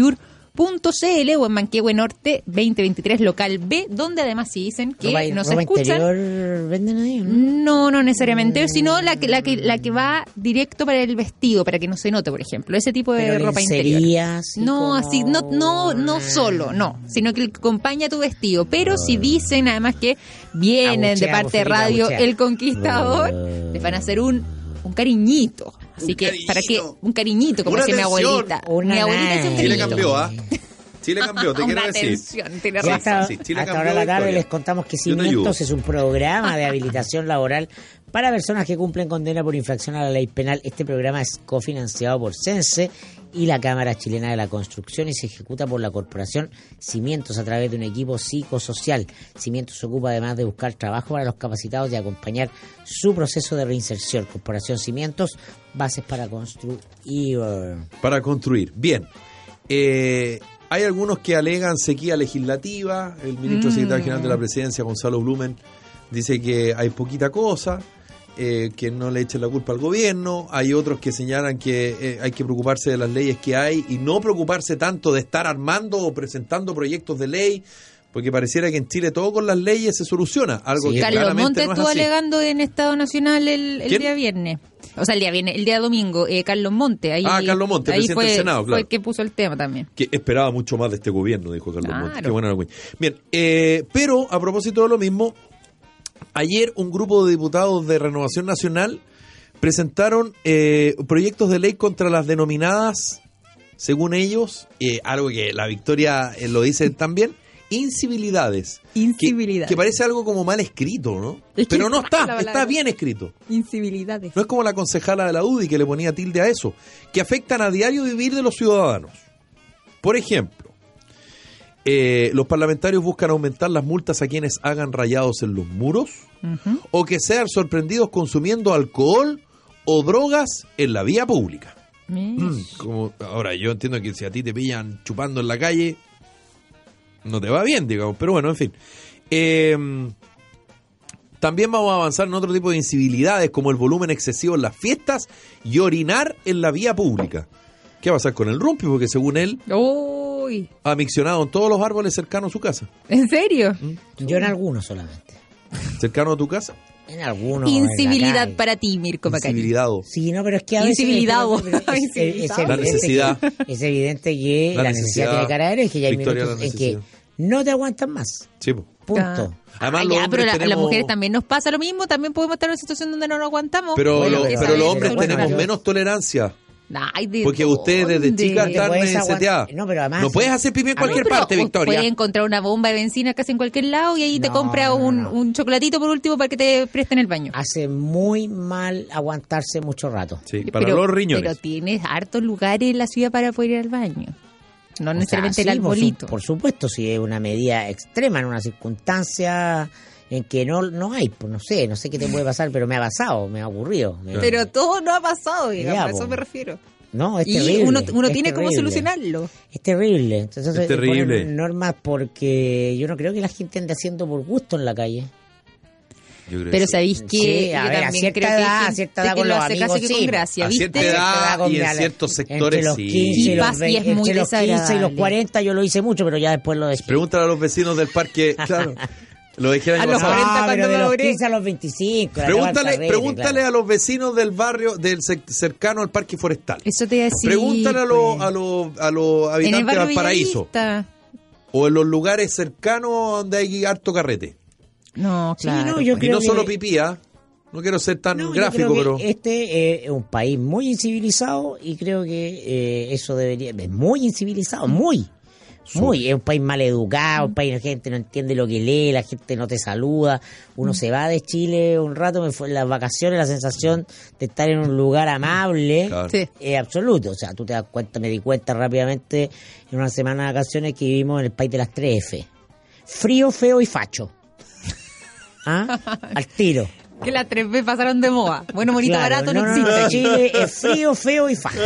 www.legrandur.cl o en Manquehue Norte 2023 local B, donde además si dicen que
ropa
nos
ropa
escuchan
interior Mm. venden ahí, o ¿no?
no, no necesariamente, sino la que, la que la que va directo para el vestido, para que no se note, por ejemplo, ese tipo de
Pero
ropa
lencería,
interior.
así
no,
como- Ah.
así no no no solo, no, sino que acompaña tu vestido, pero si dicen además que vienen de
Abuchea,
parte de
Felipe,
Radio
abuchea.
El Conquistador, les van a hacer un un cariñito. Así
Un
que para que
cariñito.
un cariñito, como
Una
decía mi
atención.
abuelita.
Una
mi abuelita hace un
Sí, le
cariñito.
cambió, ¿ah? Chile cambió, te quiero
Una
decir.
atención, tiene
Sí,
razón.
Ya hasta
sí, Chile
hasta
cambió
ahora de la
la
tarde
historia.
les contamos que
Yo te ayudo.
Cimientos es un programa de habilitación laboral para personas que cumplen condena por infracción a la ley penal. Este programa es cofinanciado por Sense y la Cámara Chilena de la Construcción y se ejecuta por la corporación Cimientos a través de un equipo psicosocial. Cimientos se ocupa además de buscar trabajo para los capacitados y acompañar su proceso de reinserción. Corporación Cimientos, bases para construir.
Para construir. Bien. Eh, hay algunos que alegan sequía legislativa. El ministro secretario general
Mm.
de la presidencia, Gonzalo Blumen, dice que hay poquita cosa, eh, que no le echen la culpa al gobierno. Hay otros que señalan que eh, hay que preocuparse de las leyes que hay y no preocuparse tanto de estar armando o presentando proyectos de ley. Porque pareciera que en Chile todo con las leyes se soluciona, algo
Sí.
que
Carlos
claramente
Montes
no es
estuvo
así.
alegando en Estado Nacional el, el
¿Quién?
día viernes. O sea, el día viernes, el día domingo. eh, Carlos Montes. Ahí,
Ah, Carlos Montes,
ahí
presidente
fue,
del Senado,
fue
claro.
el que puso el tema también.
que esperaba mucho más de este gobierno, dijo Carlos
Claro.
Montes. Qué buena la cuña. Bien, eh, pero a propósito de lo mismo, ayer un grupo de diputados de Renovación Nacional presentaron eh, proyectos de ley contra las denominadas, según ellos, eh, algo que la Victoria eh, lo dice también, incivilidades. Que-
Incivilidades.
Que, parece algo como mal escrito, ¿no?
Es que
Pero no
es mala
está,
palabra.
está bien escrito.
Incivilidades.
No es como la concejala de la UDI que le ponía tilde a eso, que afectan a diario vivir de los ciudadanos. Por ejemplo, eh, los parlamentarios buscan aumentar las multas a quienes hagan rayados en los muros o que sean sorprendidos consumiendo alcohol o drogas en la vía pública. Mm. Como, ahora, yo entiendo que si a ti te pillan chupando en la calle, no te va bien, digamos. Pero bueno, en fin. Eh, también vamos a avanzar en otro tipo de incivilidades, como el volumen excesivo en las fiestas y orinar en la vía pública. ¿Qué va a pasar con el rumpi? Porque según él,
Uy,
ha miccionado en todos los árboles cercanos a su casa.
¿en serio?
Yo en algunos solamente.
Cercano a tu casa,
En algunos. en la
Incivilidad
calle.
para ti, Mirko Macari.
incivilidado.
Sí, no, pero es que a veces...
Incivilidad, vos.
pero es- es- es
Incivilidad.
La
evidente
necesidad.
que- Es evidente que
La
la necesidad
necesidad.
tiene cara de hereje, y hay
Victoria,
minutos
la
en que
necesidad.
no te aguantan más.
Sí, po.
Punto.
Además,
Ah,
los
ya,
hombres
pero la- a las
tenemos-
mujeres también nos pasa lo mismo, también podemos estar en una situación donde no nos aguantamos.
Pero,
Bueno,
lo-
pero
pero
esa-
los hombres
esa-
tenemos
esa-
menos tolerancia.
Ay, ¿de
Porque ustedes desde
dónde?
chicas
Te
están
puedes
en
aguantar-
CTA.
no, pero además-
No puedes hacer pipí en
No,
cualquier
pero
parte,
o-
Victoria.
Puedes encontrar una bomba de benzina casi en cualquier lado y ahí te
No,
compra
no, no,
un,
no. Ah,
un chocolatito por último para que te presten el baño.
Hace muy mal aguantarse mucho rato.
Sí, para
Pero-
los riñones.
Pero tienes hartos lugares en la ciudad para poder ir al baño. No
O sea,
necesariamente
sí,
el
por su-
arbolito.
Por, supuesto, si es una medida extrema en una circunstancia en que no, no hay, pues no sé, no sé qué te puede pasar, pero me ha pasado, me ha aburrido. me-
Pero todo no ha pasado, digamos,
Ya,
a eso
po.
me refiero.
no, es
y
terrible,
uno, uno
es
tiene cómo
terrible.
solucionarlo.
Es terrible. Entonces,
Es
se ponen
terrible.
normas porque yo no creo que la gente ande haciendo por gusto en la calle.
Yo creo
Pero
que sí.
sabéis que
Sí, a
yo
ver, a
también
cierta
creo que hay
edad, a
gente
cierta edad
que
con
lo
los
hace
amigos,
casi que
sí.
con gracia,
A
¿viste?
cierta edad
con
y
mi-
en ciertos
entre
sectores
los
sí.
15 y los,
Vas y es
20,
muy
entre los 15 y los
desagradable.
40 yo lo hice mucho, pero ya después lo dejé.
Pregúntale a los vecinos del parque. Claro. Lo dije el
A
año
los
pasado.
40 cuando
Ah, pero de
me
los
logré.
15 a los 25. la
Pregúntale,
levanta rete,
pregúntale
claro.
a los vecinos del barrio del sec- cercano al parque forestal.
Eso te iba a decir.
Pregúntale a los
pues.
a los a los
En el
habitantes de
barrio
Valparaíso
Villavista.
o en los lugares cercanos donde hay harto carrete.
No, claro.
no, yo
pues.
Y
creo
no
que-
solo pipía, no quiero ser tan
No, yo
gráfico,
creo que
pero
Este eh, es un país muy incivilizado y creo que eh, eso debería. Es muy incivilizado, muy. Muy, es un país mal educado, un país la gente no entiende lo que lee, la gente no te saluda,
Mm.
uno se va de Chile un rato, me fue en las vacaciones la sensación de estar en un lugar amable
Claro.
Sí.
es absoluto, o sea, tú te das cuenta, me di cuenta rápidamente en una semana de vacaciones que vivimos en el país de las 3F. Frío, feo y facho. ¿Ah? Al tiro.
Que las tres B pasaron de moda. Bueno, bonito,
Claro,
barato, no,
no, no,
existe.
no, Chile es frío, feo y fácil.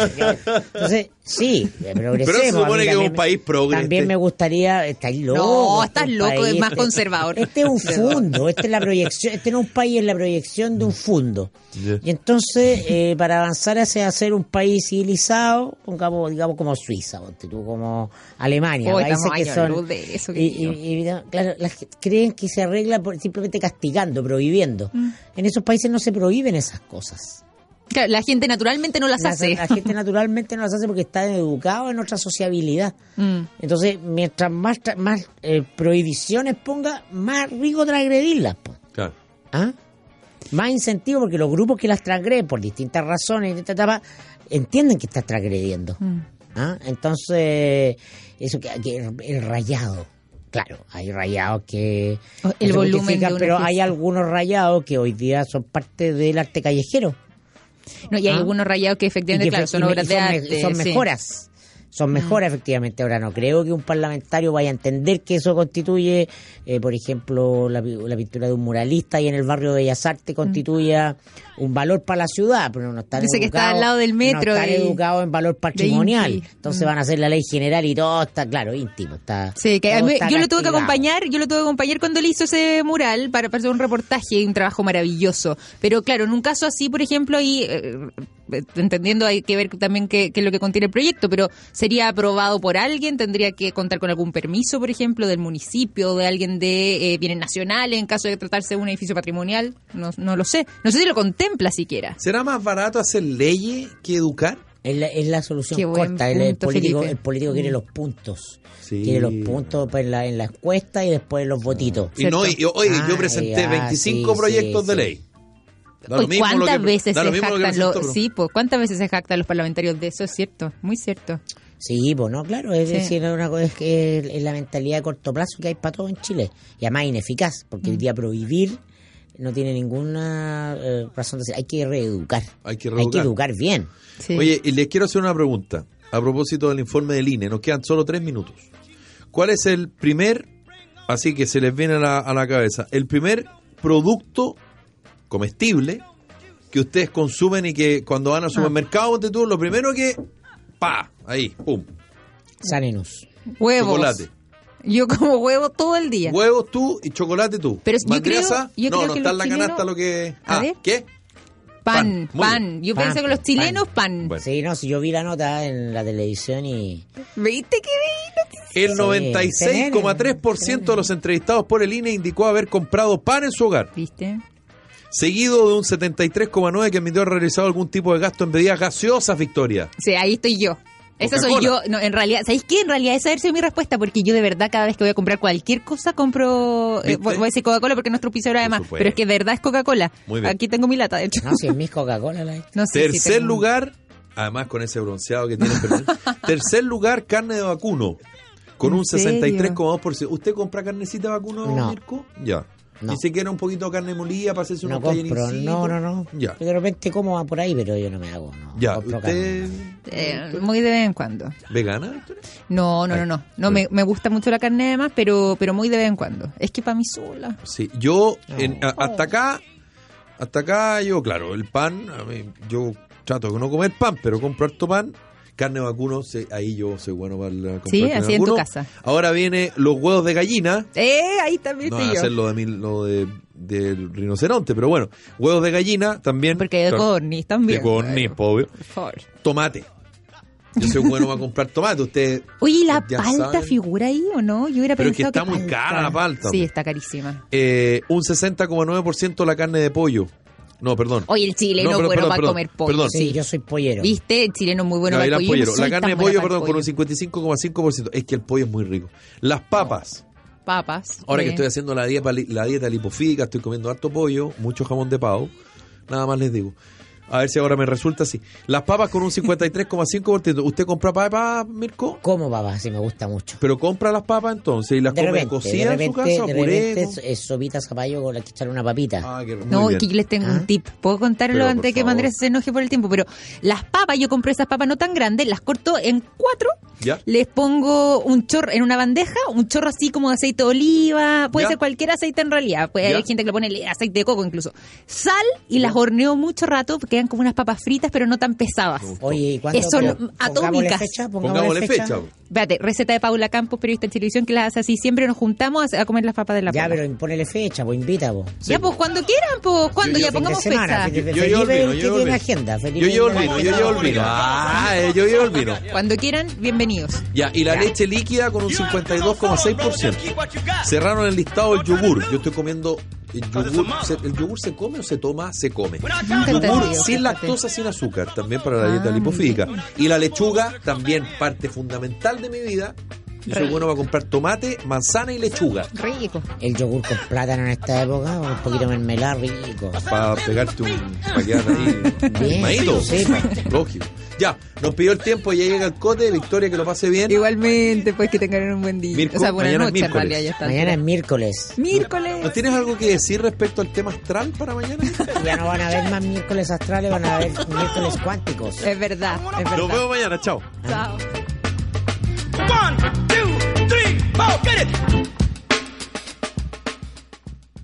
Entonces, sí, eh, progresemos.
Pero se supone
A mí
que es
también
un
me-
país progre,
También
este.
me gustaría... Estás loco.
No,
este
estás
un
loco, es más
este-
conservador.
Este es un fundo, este es la proyección, este no es un país, es la proyección de un fundo.
Ya.
Y entonces, eh, para avanzar hacia ser un país civilizado, pongamos, digamos como Suiza, ponte tú, como Alemania,
Oh,
países
estamos
que
años
son...
luz de eso,
y-
querido.
y- y, claro, las que creen que se arregla por- simplemente castigando, prohibiendo.
Mm.
En esos países no se prohíben esas cosas.
Claro, La gente naturalmente no las
La-
hace.
La, gente naturalmente no las hace porque está educado en otra sociabilidad.
Mm.
Entonces, mientras más, tra- más eh, prohibiciones ponga, más rico transgredirlas. po.
claro.
¿Ah? Más incentivo porque los grupos que las transgreden por distintas razones, distintas etapas, entienden que estás transgrediendo.
Mm.
¿Ah? Entonces, eso que, que el rayado. Claro, hay rayados que...
O el
no se
volumen
justifican,
de una
Pero hay
pieza.
algunos rayados que hoy día son parte del arte callejero.
No, y hay
Ah.
algunos rayados que
Y
efectivamente,
que
claro,
efecti-
son
y
obras de
son me-
arte.
Son
sí. Mm.
mejoras. Son mejoras, efectivamente. Ahora, no creo que un parlamentario vaya a entender que eso constituye, eh, por ejemplo, la, pi- la pintura de un muralista y en el barrio de Bellas Artes constituya un valor para la ciudad, pero no están
Mm. Dice que está
educados-
al lado del metro
No están
de-
educados en valor patrimonial.
Inti. Mm.
Entonces van a hacer la ley general y todo está, claro, íntimo. Está,
Sí, que a
todo
mí-
está
yo lo tuve que
castigado.
acompañar, yo lo tuve que acompañar cuando él hizo ese mural para, para hacer un reportaje, un trabajo maravilloso. Pero claro, en un caso así, por ejemplo, y eh, eh, entendiendo hay que ver también qué, qué es lo que contiene el proyecto, pero sería aprobado por alguien, tendría que contar con algún permiso, por ejemplo, del municipio, de alguien de eh, bienes nacionales, en caso de tratarse de un edificio patrimonial, no, no lo sé. No sé si lo contempla siquiera.
¿Será más barato hacer leyes que educar?
Es la, es la solución
Qué buen
corta. El, el
punto,
político,
Felipe. Mm.
el político quiere los puntos.
Sí.
Quiere los puntos pues, en la, en la encuesta y después los votitos.
Y no, y- y- oye, yo
Ah,
presenté
ya,
25
sí,
proyectos
sí,
de
sí.
ley. Da
Uy, ¿Cuántas
que-
veces
da
se
lo mismo lo que
jactan
presentó, pero-
los, sí, po, cuántas veces se jactan los parlamentarios de eso? Es cierto, muy cierto.
Sí, pues no, claro, es
Sí.
decir, es una cosa es que es la mentalidad de corto plazo que hay para todo en Chile. Y además ineficaz, porque hoy día prohibir no tiene ninguna eh, razón de ser. Hay que reeducar.
Hay que reeducar.
educar bien.
Sí.
Oye, y les quiero hacer una pregunta a propósito del informe del INE. Nos quedan solo tres minutos. ¿Cuál es el primer, así que se les viene a la, a la cabeza, el primer producto comestible que ustedes consumen y que cuando van al
Ah.
supermercado, ponte tú, lo primero que, pa, ahí, pum,
Sánenos.
Huevos.
chocolate.
Yo como huevo todo el día.
Huevos tú y chocolate tú.
Pero yo
Mandriaza,
creo- yo
no,
creo
no
que
está en
los
la canasta
chilenos-
lo que...
A
Ah,
ver.
¿qué?
pan,
pan,
pan.
muy
Yo
Pan,
pienso que los
pan.
chilenos pan.
Bueno.
Sí, no, si yo vi la nota en la televisión y...
¿Viste que vi?
El
Sí,
96,3% de los entrevistados por el INE indicó haber comprado pan en su hogar.
¿Viste?
seguido de un
Ah,
73,9 que admitió haber realizado algún tipo de gasto en bebidas gaseosas, Victoria.
Sí, ahí estoy yo. Esa soy yo,
Coca-Cola.
no, en realidad, ¿sabéis qué? En realidad esa es mi respuesta, porque yo de verdad cada vez que voy a comprar cualquier cosa compro, eh,
¿Viste?
voy voy a decir Coca-Cola porque es nuestro piso además,
supuesto.
pero es que de verdad es Coca-Cola.
Muy bien. Ah.
Aquí tengo mi lata, de hecho.
No, si es mis Coca-Cola la
No sé si
Tercer
tengo-
lugar, además con ese bronceado que tiene. perdón. tercer lugar, carne de vacuno. Con
¿En
un 63,2%. ¿Usted compra carnecita de vacuno,
No.
Mirko? Ya.
No.
Ni siquiera un poquito de carne molida para hacerse
No
unos
compro,
tallerines.
no, no, no.
Ya.
Yo de repente como va por ahí, pero yo no me hago. No,
Ya,
Compro
¿usted
Eh, muy de vez en cuando.
vegana?
No, no,
Ay,
no, no. No, me, me gusta mucho la carne además, pero, pero muy de vez en cuando. Es que para mí sola.
Sí, yo en-
Oh.
a- hasta acá, hasta acá yo, claro, el pan, a mí- yo trato de no comer pan, pero compro harto pan. Carne de vacuno, se- ahí yo soy bueno para la comprar
Sí,
carne de
así en tu
vacuno.
casa.
Ahora viene los huevos de gallina.
Eh, ahí también
No
estoy
van a
yo.
hacer lo de, mil- lo de- del rinoceronte, pero bueno, huevos de gallina también.
Porque de
Claro,
cornis también.
de codorniz,
claro.
po, obvio.
Por favor.
Tomate. Yo soy bueno para comprar tomate. Usted
Oye, ¿y la
ya
palta
saben.
figura ahí o no? Yo hubiera
Pero es que
pensado
está muy cara la palta,
Sí,
po.
está carísima.
Eh, un 60,9% la carne de pollo. No, perdón.
Oye, el chileno
No, pero-
bueno
perdón,
para
perdón,
comer pollo.
perdón.
Sí, yo soy pollero.
¿Viste? El chileno muy bueno para
Gavilán
el pollo. Yo no
pollero.
soy
La carne
tan
de
buena
pollo,
para el
perdón, con un 55,5%. Es que el pollo es muy rico. Las papas.
Papas.
Ahora que
eh,
estoy haciendo la dieta, li- la dieta lipofídica, estoy comiendo harto pollo, mucho jamón de pavo. Nada más les digo. A ver si ahora me resulta así. Las papas con un 53,5%. ¿Usted compra papas, Mirko?
Como papas, si me gusta mucho.
Pero compra las papas entonces y las
De
come
repente, de
cocidas en su
repente,
casa o
de
puré.
repente
con-
es, es sopita zapallo con la que echan una papita.
Ah, qué rico.
No,
Muy
es que
bien.
yo les tengo
Ah.
un tip. Puedo contarlo
Pero,
antes
por
de que
favor.
Andrés se enoje por el tiempo, pero las papas, yo compré esas papas no tan grandes, las corto en cuatro,
¿Ya?
les pongo un chorro en una bandeja, un chorro así como de aceite de oliva, puede
Ya.
ser cualquier aceite en realidad, puede
Ya.
hay gente que le pone le- aceite de coco incluso. Sal y las horneo mucho rato, quedan como unas papas fritas, pero no tan pesadas.
No.
Oye, ¿y cuánto?
Eh, son
pongámosle
atómicas.
fecha,
Pongámosle fecha.
Espérate, receta de Paula Campos, periodista en televisión, que las hace así, siempre nos juntamos a a comer las papas de la
Ya,
Paula.
pero ponele fecha, pues invita, pues.
Ya, pues cuando quieran, pues cuando
Yo- yo-
ya
Fin de
pongamos
semana,
fecha.
fin de-
Yo- yo llevo el
Felipe,
vino,
el
yo
que
llevo el
tiene
vino.
agenda.
Yo
Felipe,
llevo el
no-
vino, yo llevo el vino. Ah, eh, yo llevo el vino.
Cuando quieran, bienvenidos.
Ya, y la leche líquida con un 52,6%. Cerraron el listado el yogur. Yo estoy comiendo el yogur. Se- ¿El yogur se come o se toma? Se come.
Nunca he
Yogur
entendido,
sin
fíjate.
lactosa, sin azúcar, también para la
Ah,
dieta
mira.
lipofídica. Y la lechuga, también parte fundamental de mi vida. Yo soy
Rico.
bueno para comprar tomate, manzana y lechuga.
Rico.
El yogur con plátano en esta época, un poquito de mermelada, rico.
Para pegarte un. para quedar ahí.
Bien.
Maíto.
Sí, pa.
pues.
Lógico. Ya, nos pidió el tiempo, ya llega el cote. Victoria, que lo pase bien.
Igualmente, pues que tengan un buen día.
Mirko,
o sea, buena
mañana es
noche en
miércoles.
realidad. Ya está.
Mañana es miércoles.
¿No
miércoles.
tienes algo que decir respecto al tema astral para mañana?
Ya no van a haber más miércoles astrales, van a haber miércoles cuánticos.
Es verdad, es
Nos
verdad.
vemos mañana, chao.
Chao.
One, two, three, four, get it!